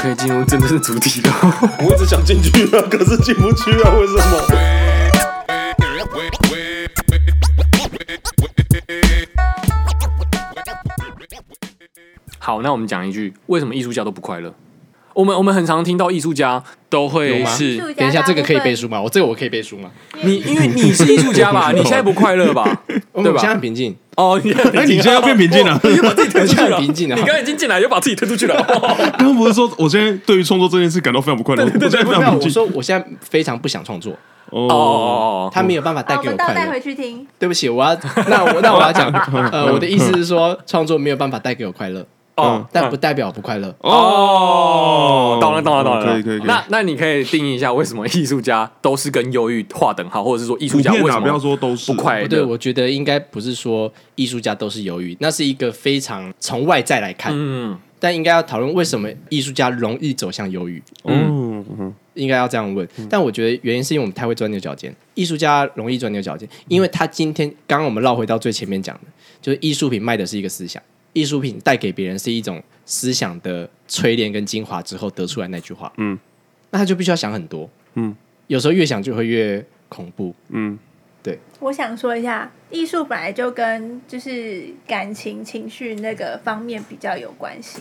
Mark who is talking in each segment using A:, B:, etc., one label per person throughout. A: 可以进入真正的主题了。
B: 我一直想进去啊，可是进不去啊，为什么？
A: 好，那我们讲一句，为什么艺术家都不快乐？我们我们很常听到艺术家都会
C: 有吗
A: 是
D: 艺术家
C: 等一下，
D: 大
C: 这个
D: 部
C: 可以
D: 分
C: 背书吗？我这个我可以背书吗？
A: 你，因为你是艺术家吧？你现在不快乐吧？
C: 我
A: 对
C: 们
A: 吧
C: 现在很嗯平静，
A: 哦，你
E: 哎，你现在要变平静了。
A: 哦 你就把自己推出去
C: 我现在
A: 了，
C: 很平静啊
A: 你刚才已经进来，就把自己推出去了。
E: 刚刚不是说我现在对于创作这件事感到非常不快乐，我现在非
C: 没有，
E: 常
C: 我
E: 平静。
C: 说我现在非常不想创作，
A: 哦哦
E: 哦，
A: 哦
C: 他没有办法带
D: 好，我
C: 给
D: 们倒
C: 快
D: 带
C: 乐。
D: 回去听。
C: 对不起，我要那我那我要讲，呃，我的意思是说，创作没有办法带给我快乐，
A: 哦
C: 但不代表我不快乐。
A: 哦，懂了懂了懂了，
E: 可以可以可以
A: 那那你可以定义一下，为什么艺术家都是跟忧郁划等号，或者是说艺术
E: 普
A: 家为
E: 遍
A: 什
E: 啊，不要
A: 么
E: 说都是
A: 不快
C: 不哦对，
A: 乐？
C: 我觉得应该不是说艺术家都是忧郁，那是一个非常从外在来看，
A: 嗯，
C: 但应该要讨论为什么艺术家容易走向忧郁，
E: 嗯嗯
C: 应该要这样问。
A: 嗯
C: 但我觉得原因是因为我们太会钻牛角尖，艺术家容易钻牛角尖，因为他今天刚刚我们绕回到最前面讲的，就是艺术品卖的是一个思想，艺术品带给别人是一种思想的锤炼跟精华之后得出来那句话，
E: 嗯
C: 嗯，那他就必须要想很多，
E: 嗯
C: 嗯，有时候越想就会越恐怖，
E: 嗯，
D: 我想说一下，艺术本来就跟就是感情、情绪那个方面比较有关系，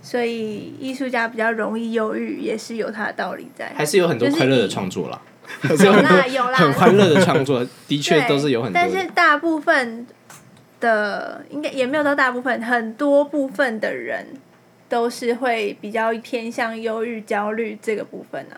D: 所以艺术家比较容易忧郁，也是有他的道理在。
C: 还是有很多
D: 就是
C: 快乐的
D: 以
C: 创作啦，
D: 有 啦有啦，
C: 很快乐的创作的确
D: 对
C: 都是有很多
D: 但
C: 的，
D: 是大部分的应该也没有到大部分，很多部分的人都是会比较偏向忧郁、焦虑这个部分啊，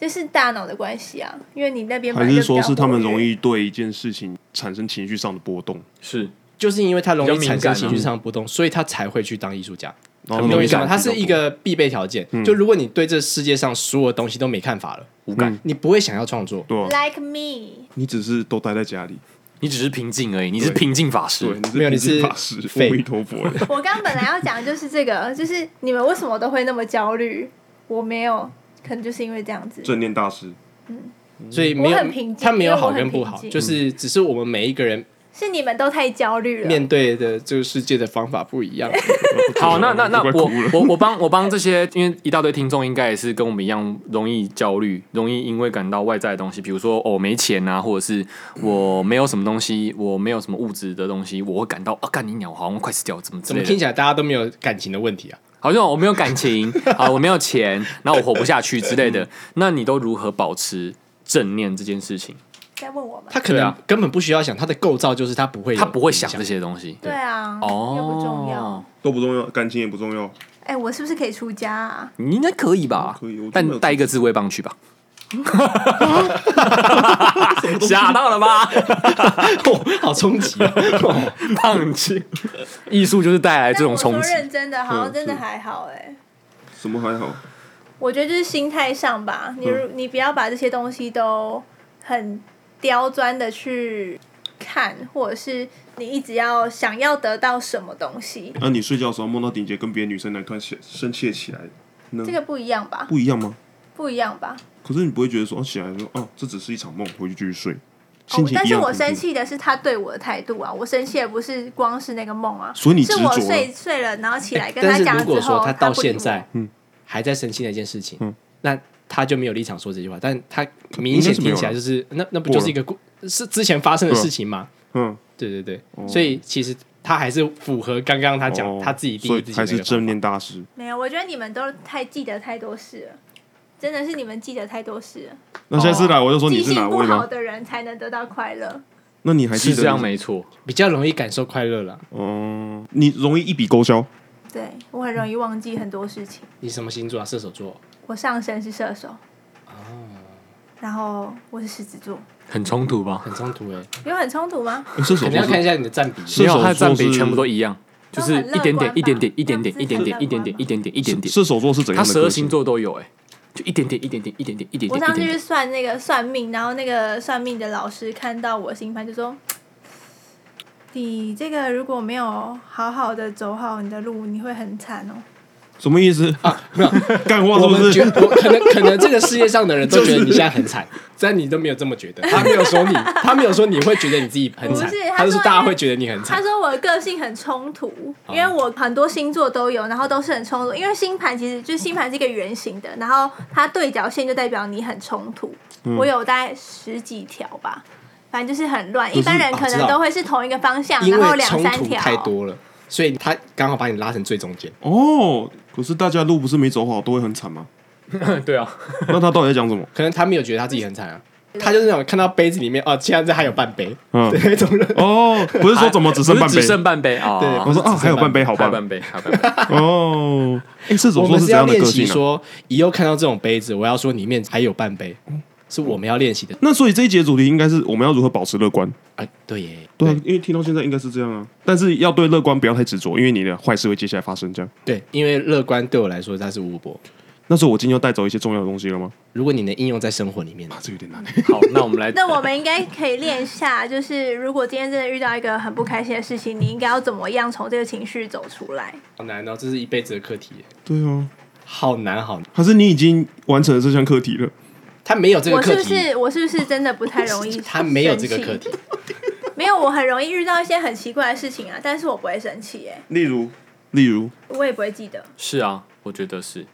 D: 这是大脑的关系啊，因为你那边
E: 还
D: 本来
E: 是
D: 就比
E: 说
D: 较
E: 是他们容
D: 活跃
E: 易对一件事情产生情绪上的波动，
A: 是
C: 就是因为他容易
A: 比较敏
C: 产
A: 感
C: 生
A: 啊
C: 情绪上的波动，所以他才会去当艺术家。
E: 然后他
C: 你懂我
E: 们
C: 意思吗？
A: 敏感嗯
C: 它是一个必备条件。就如果你对这世界上所有东西都没看法了，
A: 无感，
C: 你不会想要创作。
E: 对啊，
D: Like me，
E: 你只是都待在家里，
A: 你只是平静而已，你是平静法师
E: 对，。你是
C: 没有你是
E: 平静法师，
C: fake
E: 阿弥陀佛，
D: 我刚本来要讲的就是这个， 就是你们为什么都会那么焦虑？我没有，可能就是因为这样子。
E: 正念大师，
A: 嗯
C: 所以没
D: 我很平
C: 有，
D: 静
C: 它没有好跟不
D: 因为我
C: 好
D: 很，平静
C: 就是只是我们每一个人
D: 是你们都太焦虑了。
C: 面对的这个世界的方法不一样。
A: 好， 那那那
E: 快
A: 我
E: 哭了
A: 我我帮我帮这些，因为一大堆听众应该也是跟我们一样容易焦虑，容易因为感到外在的东西，比如说哦没钱啊，或者是我没有什么东西，我没有什么物质的东西，我会感到啊干你鸟，我好像快死掉了，怎么之
C: 怎
A: 类
C: 么
A: 的
C: 听起来大家都没有感情的问题啊？
A: 好像我没有感情啊，我没有钱，然后我活不下去之类的。 那你都如何保持正念这件事情？
D: 在问我吗？
C: 他可
A: 对
C: 能
A: 啊
C: 根本不需要想，他的构造就是他不会有，
A: 他不会想这些东西。
D: 对啊，
A: 哦，
D: 又不重要。。
E: 都不重要，感情也不重要，
D: 哎、我是不是可以出家啊？
A: 你应该可以吧？
E: 可以我觉得
A: 但
E: 没有
A: 带一个自慰棒去 吧。吓到了吧？
C: 哦， 好冲击啊！
A: 棒去，艺术就是带哎来这种
D: 但我
A: 冲
D: 说
A: 击。
D: 认真的，好像
E: 嗯
D: 真的
E: 是
D: 还好哎、
E: 什么还好，
D: 我觉得就是心态上吧，你如你不要把这些东西都很刁钻的去看，或者是你一直要想要得到什么东西，
E: 那你睡觉的时候梦到顶姐跟别的女生来突然生生气起来，那
D: 这个不一样吧？
E: 不一样吗？
D: 不一样吧？
E: 可是你不会觉得说哦起来说哦，这只是一场梦，回去继续睡，心
D: 哦，
E: 情
D: 但
E: 一啊
D: 是
E: 样。
D: 我生，气的是他对我的态度啊，我生气的不是光是那个梦啊，
E: 所以你执
D: 是
E: 着
D: 我
E: 了哎
D: 睡。睡了，然后起来跟
C: 哎但
D: 他
C: 是
D: 讲
C: 如
D: 了之
C: 果
D: 后，
C: 说
D: 他
C: 到
D: 不理
C: 现
D: 我
C: 在，
E: 嗯
C: 还在生气那件事情，
E: 嗯
C: 那他就没有立场说这句话，但他明显听起来就是那那不就是一个故是之前发生
A: 啊
C: 的事情吗？
E: 嗯，
C: 对对对，所以其实他还是符合刚刚他讲、
E: 哦
C: 他自己定
E: 所
C: 义
E: 以
C: 自己
E: 还
C: 那
E: 是
C: 个方
E: 正念大师。
D: 没有，我觉得你们都太记得太多事了，真的是你们记得太多事了。
E: 那下次来我就说你
D: 记
E: 是哪
D: 哦性不
E: 位
D: 好
E: 吗？
D: 的人才能得到快乐。
E: 那你还记
A: 是
E: 得
A: 这样？没错，
C: 比较容易感受快乐了。
E: 哦，你容易一笔勾销。
D: 对我很容易忘记很多事情。
C: 你什么星座啊？射手座。
D: 我上身是射手，
E: 哦
D: 然后我是狮子座，
A: 很冲突吧？
C: 很冲突哎、
D: 有很冲突吗？
E: 哦射手
C: 可能要
E: 座
C: 看一
E: 是
C: 下你的占比。
A: 没
E: 射手
A: 有，
E: 座
A: 他的占比
E: 是
A: 全部都一样，就是一点点、一点点、一点点、一点点、一点点、一点点、一点点。
E: 射手座是怎
A: 他
E: 样的
A: 十
E: 个
A: 二星
E: 性？
A: 座都有哎、就一点点、一点点、一点点、一点
D: 我
A: 点、一
D: 上次
A: 点
D: 去
A: 点。
D: 算那个算命，然后那个算命的老师看到我星盘就说：“你这个如果没有好好的走好你的路，你会很惨哦。
E: 什么意思啊？ 干话是
C: 我们
E: 不
C: 觉
E: 是？
C: 我可能可能这个世界上的人都觉得你现在很惨，但你都没有这么觉 得。他没有说你，他没有说你会觉得你自己很惨
D: 不是，
C: 他
D: 他
C: 就
D: 说
C: 是大家会觉得你很
D: 他
C: 惨。哦
D: 说我的个性很冲突，因为我很多星座都有，然后都是很冲突。因为星盘其实就是星盘是一个圆形的，然后它对角线就代表你很冲突。
C: 嗯
D: 我有大概十几条吧，反正就是很乱。一般人
C: 哦
D: 可
C: 知
D: 能
C: 道
D: 都会是同一个方向，
C: 因
D: 然后
C: 为
D: 两
C: 冲
D: 三
C: 突
D: 条。
C: 太多了，所以他刚好把你拉成最中间。
E: 哦，可是大家路不是没走好都会很惨吗？
A: 对啊，
E: 那他到底在讲什么？
C: 可能他没有觉得他自己很惨啊，他就是那种看到杯子里面哦，现在这还有半杯
E: 嗯
C: 的那种人。
E: 哦，不是说怎么只剩半
A: 不
E: 杯
A: 是只？剩半杯啊？
C: 对
E: 我
A: 哦
E: 说啊，还有半杯，好
A: 还
E: 吧
A: 有。半杯，还有半杯。
E: 哦，哎，射手
C: 我
E: 座
C: 们
E: 是怎
C: 是要
E: 样的
C: 练
E: 个
C: 习
E: 性啊？
C: 说，以后看到这种杯子，我要说里面还有半杯，是我们要练习的
E: 那所以这一节主题应该是我们要如何保持乐观。
C: 啊。对耶，
E: 对啊，因为听到现在应该是这样啊，但是要对乐观不要太执着，因为你的坏事会接下来发生。这样，
C: 对，因为乐观对我来说它是乌波。
E: 那时候我今天要带走一些重要的东西了吗？
C: 如果你能应用在生活里面，
E: 啊，这有点难。
A: 好，那我们来，
D: 那我们应该可以练一下，就是如果今天真的遇到一个很不开心的事情，你应该要怎么样从这个情绪走出来？
C: 好难哦，这是一辈子的课题耶，
E: 对啊，
C: 好难好难。
E: 还是你已经完成了这项课题了？
C: 他没有这个
D: 我
C: 课
D: 是不
C: 题，？
D: 是我是不是真的不太容 易
C: 他没有这个课题，，
D: 没有，我很容易遇到一些很奇怪的事情啊，但是我不会生气，哎，
E: 例如，例如，
D: 我也不会记得。
A: 是啊，我觉得是。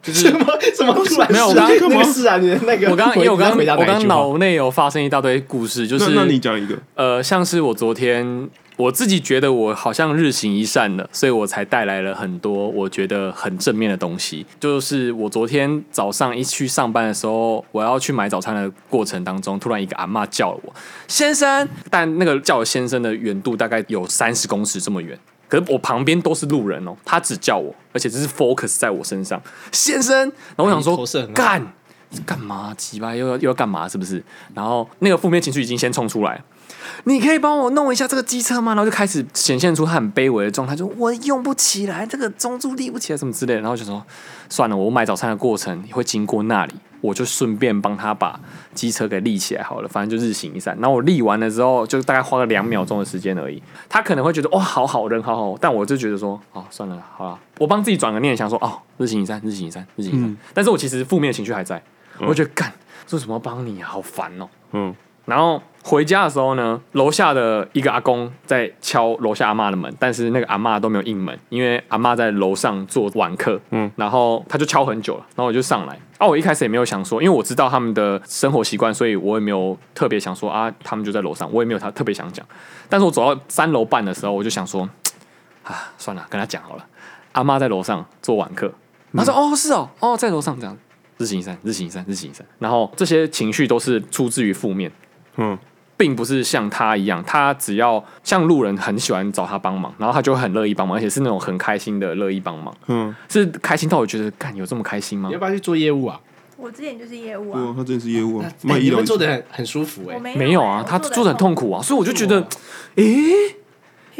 C: 什么什么突然
A: 没有我
C: 是啊
A: 刚刚
C: 那个是啊，你的那个
A: 我刚，因为我刚，
C: 回答
A: 我
C: 哪一
A: 刚
C: 句话
A: 脑内有发生一大堆故事，就是
E: 那那你讲一个，
A: 呃，像是我昨天我自己觉得我好像日行一善了，所以我才带来了很多我觉得很正面的东西。就是我昨天早上一去上班的时候，我要去买早餐的过程当中，突然一个阿嬷叫了我先生，但那个叫我先生的远度大概有三十公尺这么远。可是我旁边都是路人哦，他只叫我，而且只是 focus 在我身上，先生。然后我想
C: 你投射
A: 说
C: 很，好
A: 干干嘛？鸡巴又要又要干嘛？是不是？然后那个负面情绪已经先冲出来了，你可以帮我弄一下这个机车吗？然后就开始显现出他很卑微的状态，就我用不起来，这个中柱立不起来什么之类的。然后就说算了，我买早餐的过程会经过那里，我就顺便帮他把机车给立起来好了，反正就日行一善。然后我立完了之后，就大概花了两秒钟的时间而已。他可能会觉得哇、好好人好好，但我就觉得说哦，算了，好了，我帮自己转个念，想说哦，日行一善，日行一善，日行一善。但是我其实负面的情绪还在，我就觉得干，为什么要帮你啊？好烦哦。
E: 嗯，
A: 然后回家的时候呢，楼下的一个阿公在敲楼下阿嬷的门，但是那个阿嬷都没有应门，因为阿嬷在楼上做晚课。嗯，然后他就敲很久了，然后我就上来。啊，我一开始也没有想说，因为我知道他们的生活习惯，所以我也没有特别想说啊，他们就在楼上，我也没有他特别想讲。但是我走到三楼半的时候，我就想说，啊，算了，跟他讲好了。阿妈在楼上做晚课，然后说、哦是哦哦在楼上这样，日行一善，日行一善，日行一善。然后这些情绪都是出自于负面，
E: 嗯，
A: 并不是像他一样，他只要像路人很喜欢找他帮忙，然后他就会很乐意帮忙，而且是那种很开心的乐意帮忙，
E: 嗯，
A: 是开心到我觉得，看有这么开心吗
C: 你要？不要去做业务啊？
D: 我之前就是业务
E: 对
D: 啊
E: 啊，，他真的是业务啊，
C: 那
E: 卖
C: 你
E: 医疗
C: 们
E: 仪器
C: 做的很很舒服
D: 我
C: 哎，
D: 没
A: 没有啊，
D: 我
A: 他
D: 得
A: 做的很痛苦啊，所以我就觉得，
D: 不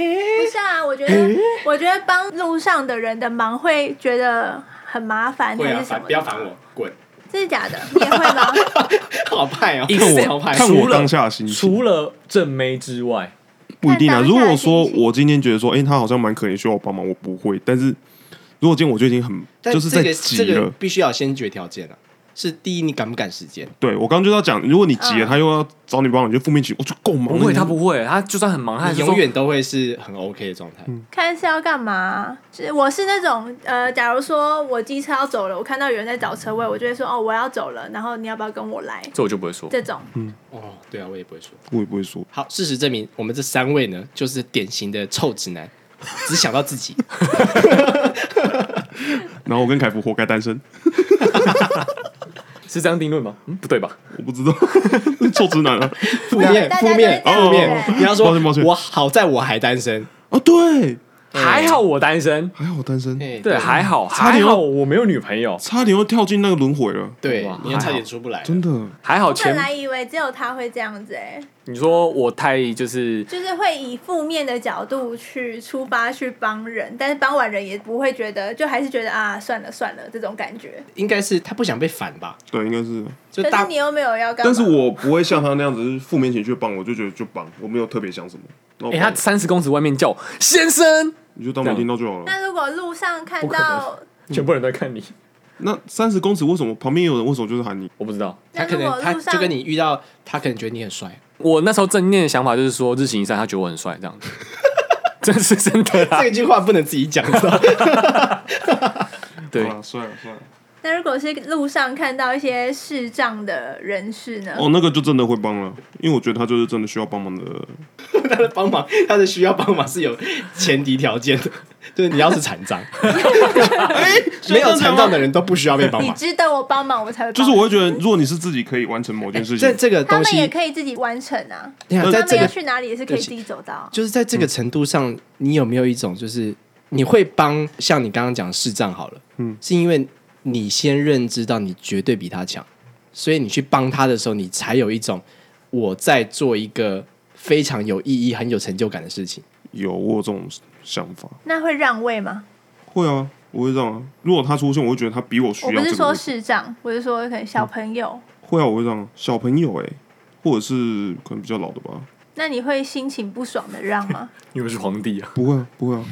D: 是啊，我觉得我觉得帮路上的人的忙会觉得很麻烦还是什么的，
C: 啊烦我，滚！
D: 这是假的，你也会 吗？
C: 好派哦，
A: 看我
C: 好派，
E: 看
A: 除
E: 我
A: 了
E: 当下的心情，
A: 除了正妹之外，
E: 不一定啊。
D: 看当下的
E: 如果说
D: 心情
E: 我今天觉得说，哎，他好像蛮可怜，需要我帮忙，我不会。但是如果今天我就已经很
C: 但
E: 就是
C: 这
E: 在
C: 个
E: 急
C: 这个
E: 了，
C: 必须要有先决条件啊，是第一你赶不赶时间，
E: 对我刚刚就要讲，如果你急了，他又要找你帮忙，你就负面情绪，我就够忙
A: 不
E: 了。
A: 会，
E: 你
A: 他不会，他就算很忙，他还
C: 你
A: 是
C: 永
A: 说
C: 远都会是很 OK 的状态。
D: 看是要干嘛？是我是那种呃，假如说我机车要走了，我看到有人在找车位，我就会说哦我要走了，然后你要不要跟我来？
A: 这我就不会说。
D: 这种
C: 哦，对啊，我也不会说。
E: 我也不会说。
C: 好，事实证明，我们这三位呢，就是典型的臭直 男，只想到自己。
E: 然后我跟凯福活该单身，
A: 是这样定论吗？嗯，不对吧？
E: 我不知道， 臭直男 啊！哦
C: 负面，
D: 大
C: 负
D: 家
C: 面，
D: 都会这样
C: 负面
D: 对不。对
C: 你要
E: 抱歉抱
C: 说
E: 歉，
C: 我好在我还单身。
E: 啊，对，
A: 还好我单身，
E: 还好单身，
C: 哎，
A: 对，还好，
E: 差
A: 还
E: 点要
A: 好我没有女朋友，
E: 差点又跳进那个轮回了，
C: 对
A: 哇，
C: 你
A: 还
C: 要
A: 好
C: 差点出不来。
E: 真的。
A: 还好
D: 我本来
A: 前
D: 以为只有他会这样子哎、
A: 你说我太就是
D: 就是会以负面的角度去出发去帮人，但是帮完人也不会觉得，就还是觉得啊算了算了这种感觉。
C: 应该是他不想被反吧？
E: 对，应该是，
C: 就
D: 可
C: 大
D: 是你又没有要干嘛？
E: 但是我不会像他那样子，就是负面情绪帮我就觉得就帮，我没有特别想什么。那我
A: 哎、他三十公尺外面叫我先生，
E: 你就当没听到就好了。
D: 那如果路上看
A: 不可
D: 到
A: 能全部人都在看你，
E: 那三十公尺为什么旁边有人为什么就是喊你？
A: 嗯我不知道。
C: 他可
D: 那如
C: 能
D: 果
C: 他
D: 路上
C: 就跟你遇到，他可能觉得你很 帅，
A: 我那时候正念的想法就是说，日行一善，他觉得我很帅，这样子， 这是真的啦。
C: 这句话不能自己讲，知道吗
A: 对啊
E: 好，啦帅啊了帅了。
D: 那如果是路上看到一些视障的人士呢？
E: 哦，那个就真的会帮了，因为我觉得他就是真的需要帮忙的。
C: 他的帮忙，他的需要帮忙是有前提条件的， 就是你要是残 障，没有残障的人都不需要被帮
D: 你
C: 忙。
D: 值得我帮忙，我才会帮。
E: 就是我会觉得，如果你是自己可以完成某件事情
C: 这，这个
D: 他
C: 东
D: 们
C: 西，
D: 也可以自己完成啊，
C: 你看
E: 呃
C: 在
D: 他
C: 这
D: 们要
C: 个
D: 去哪里也是可以
C: 对
D: 自己走到啊。
C: 就是在这个程度上，你有没有一种就是你会帮像你刚刚讲视障好了，嗯，是因为你先认知到你绝对比他强，所以你去帮他的时候，你才有一种我在做一个非常有意义、很有成就感的事情。
E: 有我有这种想法，
D: 那会让位吗？
E: 会啊，我会这样啊。如果他出现，我会觉得他比我需
D: 我不
E: 要这
D: 是
E: 个
D: 说
E: 位置。
D: 视障，我是说可能小朋友。
C: 嗯
E: 会啊，我会这样啊。小朋友哎、或者是可能比较老的吧，
D: 那你会心情不爽的让吗？
A: 因为是皇帝啊，
E: 不会啊，不会啊，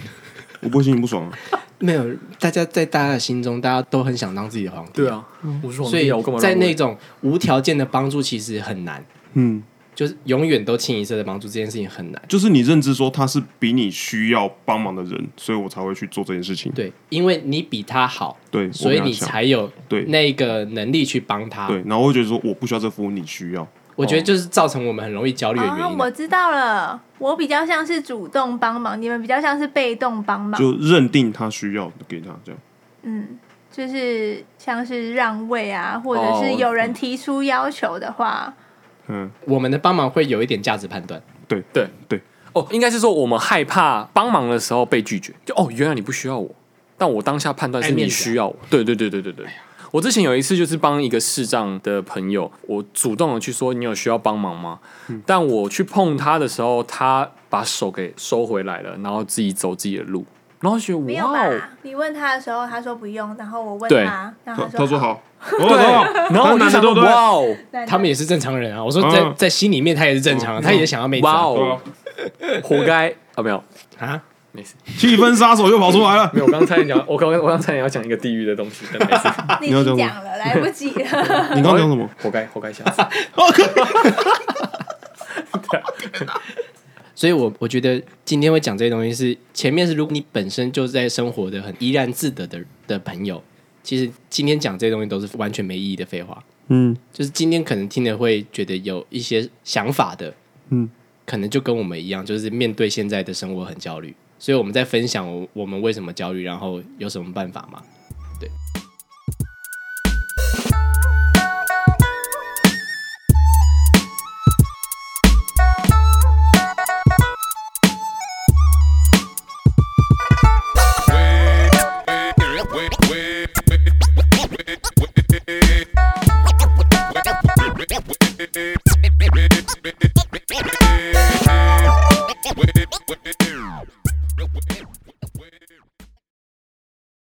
E: 我不会心情不爽啊。
C: 没有，大家在大家的心中，大家都很想当自己的皇帝，
A: 对啊，我是皇
C: 所以
A: 帝啊，我干嘛让位？
C: 在那种无条件的帮助其实很难，
E: 嗯，
C: 就是永远都清一色的帮助这件事情很难。
E: 就是你认知说他是比你需要帮忙的人，所以我才会去做这件事情。
C: 对，因为你比他好，
E: 对，
C: 所以
E: 我跟
C: 你
E: 他讲
C: 才有
E: 对
C: 那个能力去帮他。
E: 对，然后我会觉得说我不需要这服务，你需要。
C: 我觉得就是造成我们很容易焦虑的原
D: 哦，
C: 因啊。
D: 我知道了，我比较像是主动帮忙，你们比较像是被动帮忙，
E: 就认定他需要给他这样。
D: 嗯，就是像是让位啊，或者
A: 哦
D: 是有人提出要求的
C: 哦
D: 话，
E: 嗯，
C: 我们的帮忙会有一点价值判断，
A: 对
E: 对
A: 哦，应该是说我们害怕帮忙的时候被拒绝，就哦，原来你不需要我，但我当下判断是你
C: 啊
A: 需要我。对对对对对
C: 哎
A: 对。我之前有一次就是帮一个视障的朋友，我主动的去说你有需要帮忙吗？但我去碰他的时候，他把手给收回来了，然后自己走自己的路，然后就觉
D: 没
A: 得
D: 有
A: 哇
D: 吧
A: 哦，？
D: 你问他的时候，他说不用，然后我问
A: 对
D: 他，然后
E: 他他
D: 他
E: 说
D: 说，
E: 好，
A: 对，
E: 哦
A: 然后我就
E: 男
A: 想
E: 的
A: 说
E: 都对，
A: 哇哦，
D: 那你
C: 他们也是正常人啊。我说在、
E: 嗯
C: 在心里面他也是正常，的， 他也想要妹子
A: 哦哇
C: 啊
A: 哦，活该啊！没有，
C: 啊。
A: 没事，
E: 气氛杀手又跑出来了。
A: 没有。我刚刚差点讲，我刚我刚差点要讲一个地狱的东西，但没事，
D: 你
E: 你要
D: 已经
E: 讲
D: 讲了，来不及了。
E: 你刚刚讲什么？
A: 活该，活该下次。
C: 所以我我觉得今天会讲这些东西是前面是如果你本身就在生活的很怡然自得的的朋友，其实今天讲这些东西都是完全没意义的废话。
E: 嗯，
C: 就是今天可能听了会觉得有一些想法的，
E: 嗯，
C: 可能就跟我们一样，就是面对现在的生活很焦虑，所以我们在分享我我们为什么焦虑，然后有什么办法嘛？对。